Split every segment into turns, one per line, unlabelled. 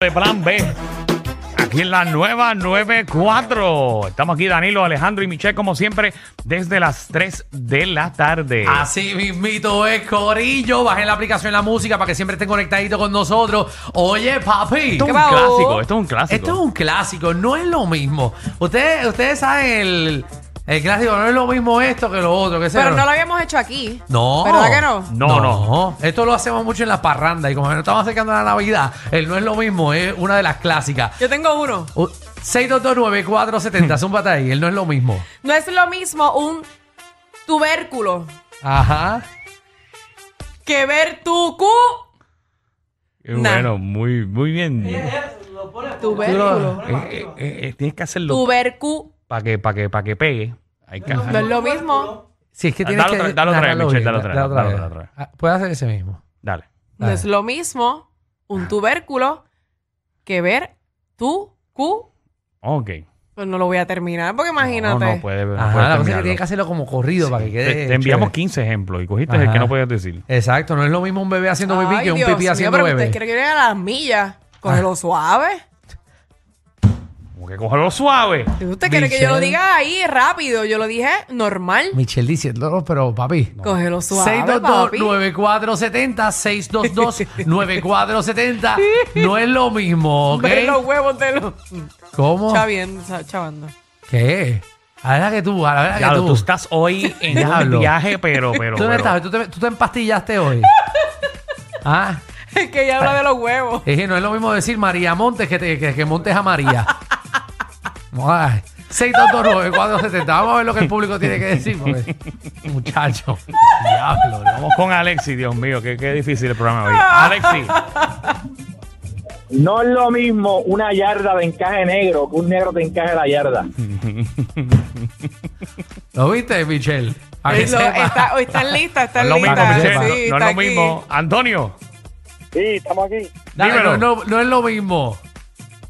de Plan B. Aquí en la nueva 94. Estamos aquí Danilo, Alejandro y Michelle como siempre desde las 3 de la tarde.
Ah,
Así mismito es, Corillo. Bajen la aplicación La Música para que siempre estén conectaditos con nosotros. Oye, papi.
esto es un
pasó?
clásico, esto es un clásico.
Esto es un clásico, no es lo mismo. Ustedes, ustedes saben el, el clásico, no es lo mismo esto que lo otro. Que
Pero no lo habíamos hecho aquí.
No.
¿Verdad que no?
No,
Esto lo hacemos mucho en las parrandas y como nos estamos acercando a la Navidad, el no es lo mismo, es una de las clásicas.
Yo tengo uno.
Uh, 6229470, zúmbate ahí, el no es lo mismo.
No es lo mismo un tubérculo
Ajá.
que ver tu cu.
Qué
Nah. Eh,
Bueno, muy, muy bien.
Tubérculo.
Eh, eh, eh, tienes que hacerlo
Tubercu.
para que, para que, para que pegue. Hay que
No es lo mismo.
Sí, es que
Ah,
tienes
dale
que...
otra- dale otra vez,
narrarlo
Michelle,
bien,
dale otra
da-
vez,
da
dale otra vez.
Ah, Puedes hacer ese mismo.
Dale.
No es lo mismo un tubérculo que ver tu cu.
Ok.
Pues no lo voy a terminar porque
No,
imagínate.
no puede, no puede
Ajá, la cosa es que
terminarlo.
tiene que hacerlo como corrido para que quede.
te, te enviamos
chévere.
15 ejemplos y cogiste el
Ajá.
que no podías decir.
Exacto, no es lo mismo un bebé haciendo pipí
Ay,
que un
Dios
pipí
mío,
haciendo
pero
bebé. Ah.
ustedes quieren ir a las millas. Cógelo suave.
Como que cogerlo suave.
Si usted quiere que yo lo
Michelle.
diga ahí rápido, yo lo dije normal.
Michelle diciéndolo, pero papi.
Cógelo suave. papi.
622-9470, 622-9470. no es lo mismo, ¿ok? Oh.
Ver los huevos de los.
¿Cómo?
Chaviendo, cha- chavando.
¿Qué? A la verdad que tú, a la verdad que
Claro,
tú.
tú estás hoy en un
Diablo.
viaje, pero, pero.
Tú no
pero-
estás, tú te, tú te empastillaste hoy. ah,
Es que ella habla de los huevos.
es que no es lo mismo decir María Montes que, te- que, que Montes a María. Ay, 6229470. Vamos a ver lo que el público tiene que decir. porque- Muchacho. Diablo, no.
Vamos con Alexi, Dios mío, qué, qué difícil el programa hoy.
Ah,
Alexi,
No es lo mismo una yarda de encaje negro que un negro te encaje la yarda.
¿Lo viste, Michelle? A Ah, que
Lo-
sepa.
está- o están listas,
no es
están
lo mismo,
listas.
lista,
Michelle, no,
Sí,
no
está
es lo
aquí.
mismo. Antonio,
Sí, estamos aquí.
Dale,
dímelo.
no, no- no es lo mismo.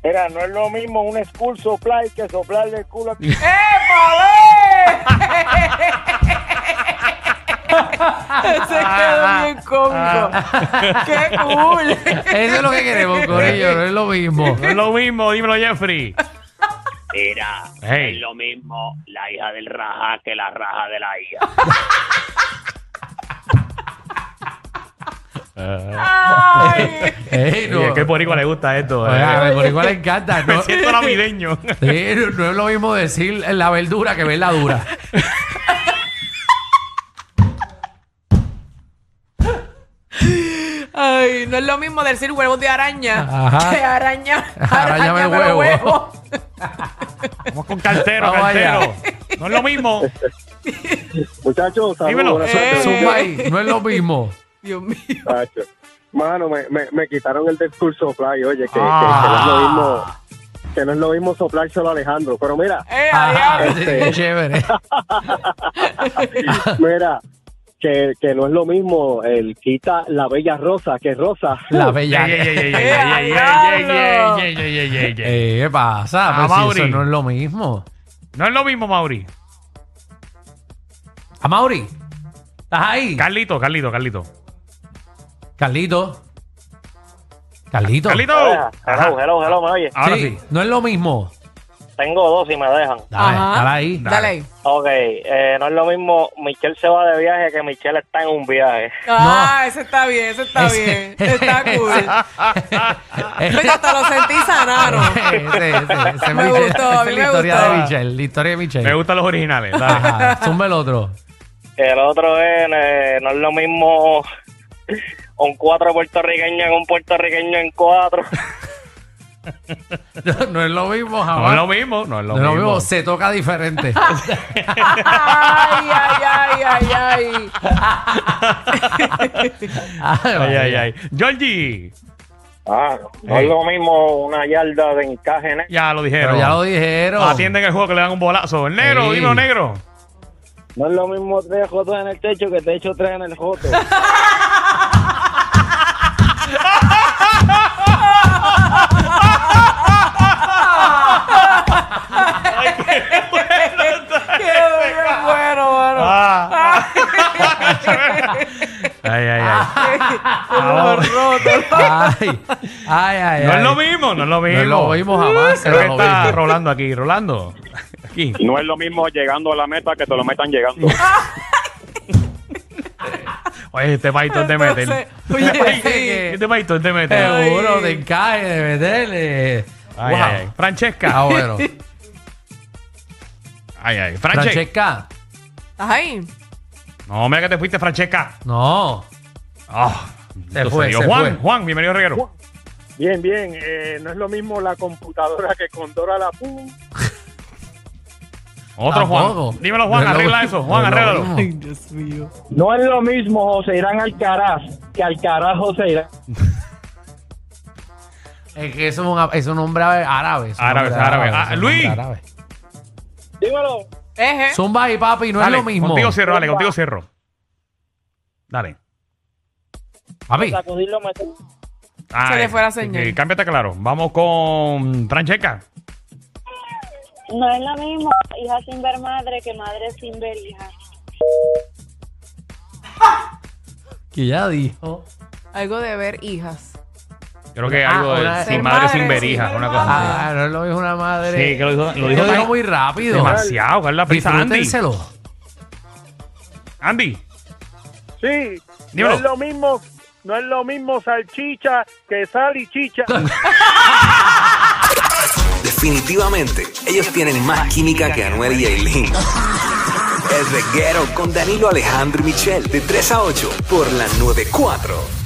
Mira, no es lo mismo un school supply que soplarle el culo. a-
Se quedó bien cómico. ¡Qué cool!
Eso es lo que queremos, Corillo. No es lo mismo.
no es lo mismo, dímelo, Jeffrey.
Mira,
Hey.
es lo mismo la hija del raja que la raja de la hija.
Ay.
Ey, no.
Oye, que Boricua le gusta esto. eh.
Oye, a ver, por igual le encanta.
Me
¿no?
siento navideño.
Sí, no, no es lo mismo decir la verdura que ver la dura.
Ay, no es lo mismo decir huevos de araña
Ajá.
que araña.
Arañame
arañame los
huevo.
huevos.
Vamos con cartero,
Vamos allá.
cartero. No es lo mismo.
Muchachos,
Dímelo. eh.
saludos. buena
Eh.
suerte.
Zumba ahí, no es lo mismo.
Dios mío.
Muchachos. Mano, me, me, me quitaron el del school supply. Oye, que, que-
Ah.
que, no es lo mismo. Que no es lo mismo soplar solo a Alejandro. Pero mira,
Eh,
Ajá,
adiós.
sí, chévere.
mira, que, que no es lo mismo el quita la bella rosa que rosa.
La
Ye,
bella.
ye, ye, ye, ye, ye,
¡Eh,
ye,
diablo!
ye, ye, ye, ye, ye, ye, ye.
Eh, ¿Qué pasa?
Ah,
Pues si
Mauri.
eso no es lo mismo.
No es lo mismo, Mauri.
A Mauri. ¿Estás ahí?
Carlito, Carlito, Carlito.
Carlito. Carlito.
Carlito.
Hola,
Ajá.
Hello, hello, hello, me oye.
Ahora
sí,
sí.
No es lo mismo.
Tengo dos y me dejan.
Dale,
Ajá.
dale ahí.
Dale ahí.
Ok, eh, no es lo mismo Michelle se va de viaje que Michelle está en un viaje.
Ah, ese está bien, ese está
Ese-
bien. Está cool.
Ese-
Oye, hasta lo sentí sanaro.
ese- ese es
Me
Michelle.
gustó,
Esa
a
es
mí
la
me
historia
gustó.
de Michelle. La historia de Michelle.
Me gustan los originales. dale.
Ajá, zumba el otro.
El otro es, eh, no es lo mismo un cuatro puertorriqueño que un puertorriqueño en cuatro.
No es lo mismo
No
jamás.
es lo mismo, no es lo
No es lo mismo,
mismo.
se toca diferente.
Ay, ay, ay, ay, ay.
Ay, ay, ay. Georgie,
Ah, no
Ey.
es lo mismo una yarda de encaje negro.
ya lo dijeron.
Pero ya lo dijeron.
Atienden el juego que le dan un bolazo. El negro,
Sí.
dime negro.
No es lo mismo tres jotos en el techo que techo tres en el joto.
Qué bueno, bueno, bueno.
Ah. ay, ay, ay.
Qué dolor roto.
Ay, ay, ay.
Ah.
No es
ay.
lo mismo. No, no lo vimos.
No lo vimos jamás,
Creo
pero
que
lo
está
vimos.
Rolando aquí, Rolando. Aquí.
No es lo mismo llegando a la meta que te lo metan llegando.
Oye, este paitón te mete.
Entonces, oye, sí.
Este paitón te mete.
Eh,
Seguro,
Ay.
de encaje, de meterle.
Ay, ay,
Wow.
ay.
Ah,
Francesca.
bueno.
Ay, ay. Francesca.
Francesca.
¿Estás ahí?
No, mira que te fuiste, Francesca.
No.
Ah,
Se
Dios
fue,
mío.
se
Juan,
fue.
Juan, bienvenido Reguero.
Bien, bien. Eh, no es lo mismo la computadora que con Dora la Pum.
Otro
Tampoco.
Juan. Dímelo, Juan,
No es lo
arregla
mismo.
eso. Juan,
No es lo
arréglalo.
mismo.
Dios mío.
No es lo mismo José Irán Alcaraz que Alcaraz José Irán.
Es que eso es un, es un nombre árabe. es un
Árabe,
nombre
árabe.
es
Ah,
un
Luis.
nombre árabe.
Dímelo.
Eje.
Zumba y papi, no
Dale,
es lo mismo.
Contigo cierro, dale, contigo cierro. Dale.
Papi,
Sacudirlo, meter-
Ay,
le fue la señal.
sí, cámbiate claro. Vamos con Francesca.
No es lo mismo hija sin ver madre que madre sin ver hija.
que ya dijo.
Algo de ver hijas.
Creo que
Ah,
algo de
una-
sin
ser
madre,
madre,
sin verija,
sin
una
ver
cosa así.
Ah, no es lo mismo una madre.
Sí, que lo dijo, lo dijo
Lo dijo
tan-
muy rápido.
demasiado, ¿cuál es la prisa? Andy.
Disfrútenselo.
Andy.
Sí.
Dímelo.
No es lo mismo. No es lo mismo salchicha que sal y chicha.
Definitivamente, ellos tienen más química que Anuel y Aileen. El reguero con Danilo Alejandro y Michel de 3 a 8 por la 94.